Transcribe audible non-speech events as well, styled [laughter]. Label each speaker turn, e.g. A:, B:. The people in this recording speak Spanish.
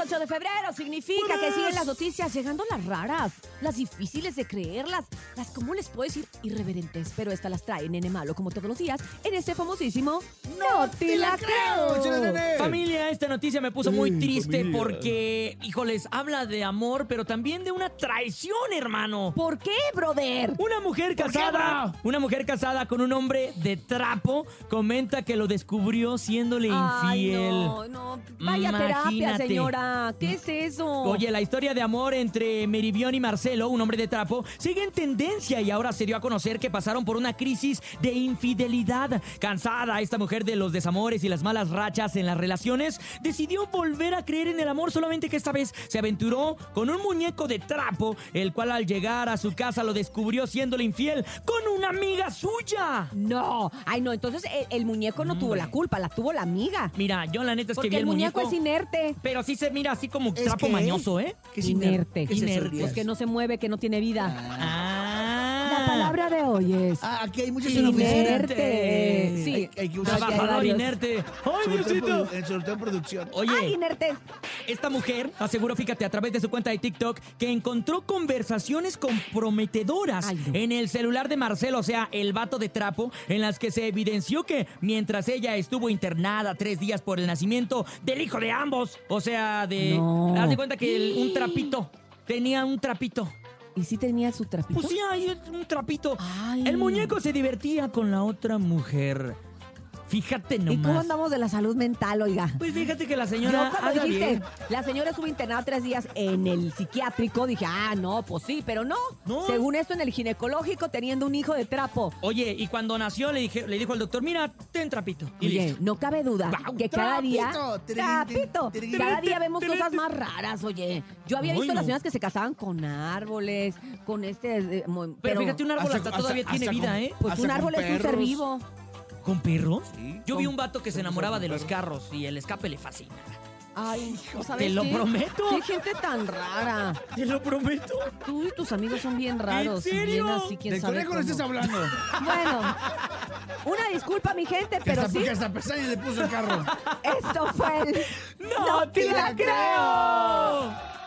A: 8 de febrero significa que siguen las noticias llegando las raras, las difíciles de creerlas, las, ¿cómo les puedo decir? Irreverentes, pero estas las trae Nene Malo como todos los días en este famosísimo No te la creo.
B: Familia, esta noticia me puso muy
C: Mm,
B: triste
C: familia.
B: porque, híjoles, habla de amor, pero también de una traición, hermano.
A: ¿Por qué, brother?
B: Una mujer casada, una mujer casada con un hombre de trapo comenta que lo descubrió siéndole
A: Ay,
B: infiel.
A: no, no. Vaya terapia,
B: Imagínate.
A: señora. ¿Qué es eso?
B: Oye, la historia de amor entre Merivión y Marcelo, un hombre de trapo, sigue en tendencia y ahora se dio a conocer que pasaron por una crisis de infidelidad. Cansada esta mujer de los desamores y las malas rachas en las relaciones, decidió volver a creer en el amor, solamente que esta vez se aventuró con un muñeco de trapo, el cual al llegar a su casa lo descubrió siéndole infiel con una amiga suya.
A: No. Ay, no, entonces el, el muñeco no tuvo la culpa, la tuvo la amiga.
B: Mira, yo la neta es
A: Porque
B: que vi
A: el muñeco, es inerte.
B: Pero sí se mira así como
C: Es
B: trapo
C: que-
B: mañoso, ¿eh?
C: ¿Qué es
A: Inerte.
C: ¿Qué es eso,
B: Inerte.
C: Elías?
A: Pues que no se mueve, que no tiene vida.
B: Ah.
A: La palabra de hoy es
C: Ah, aquí hay muchos en la oficina.
A: inerte. Sí.
C: Hay- hay que usar-
B: Trabajador
A: varios.
B: inerte. ¡Ay,
C: Sobre todo en
B: Diosito!
C: produ- en- sobre todo en producción.
A: Ay,
B: Oye,
A: inerte.
B: esta mujer aseguró, fíjate, a través de su cuenta de TikTok, que encontró conversaciones comprometedoras
A: Ay, no.
B: en el celular de Marcelo, o sea, el vato de trapo, en las que se evidenció que mientras ella estuvo internada tres días por el nacimiento del hijo de ambos, o sea, de...
A: No.
B: Haz de cuenta que el- un trapito, tenía un trapito.
A: ¿Y si tenía su trapito?
B: Pues sí, ahí un trapito.
A: Ay.
B: El muñeco se divertía con la otra mujer. Fíjate nomás.
A: ¿Y cómo andamos de la salud mental, oiga?
B: Pues fíjate que la
A: Yo
B: señora
A: cuando
B: habla
A: dijiste,
B: bien.
A: la señora estuvo internada tres días en el psiquiátrico, dije, ah, no, pues sí, pero no.
B: No.
A: Según esto, en el ginecológico, teniendo un hijo de trapo.
B: Oye, y cuando nació le, dije, le dijo al doctor, mira, ten trapito. Y
A: Oye,
B: listo.
A: no cabe duda
B: Guau.
A: que cada día,
C: Trapito, tirin,
A: trapito,
C: tirin,
A: cada
C: tirin,
A: día vemos
B: tirin,
A: cosas
B: tirin.
A: más raras, oye. Yo había
B: Ay,
A: visto
B: no.
A: las señoras que se casaban con árboles, con este... eh, mo-
B: Pero, fíjate, un árbol hasta,
C: Hasta-
B: todavía
C: hasta-
B: tiene
C: hasta
B: vida,
C: con-
B: ¿eh?
A: Pues
C: hasta
A: un
C: con
A: árbol es un ser
C: perros.
A: vivo.
B: ¿Con perros?
C: Sí.
B: Yo
C: Con-
B: vi un vato que se
C: con
B: enamoraba de los
C: perros.
B: carros y el escape le fascina.
A: Ay, ¿no ¿sabes
B: te lo
A: qué?
B: prometo.
A: Qué gente tan rara.
B: Te lo [laughs] prometo.
A: Tú y tus amigos son bien raros. y
B: serio?
A: Bien así, quién
C: Del
A: sabe
C: conejo
A: cómo.
C: no estés hablando.
A: Bueno, una disculpa, mi gente,
C: Que
A: pero
C: hasta,
A: sí,
C: que hasta pestaña le puso el carro.
A: esto fue el...
B: ¡No, te la creo!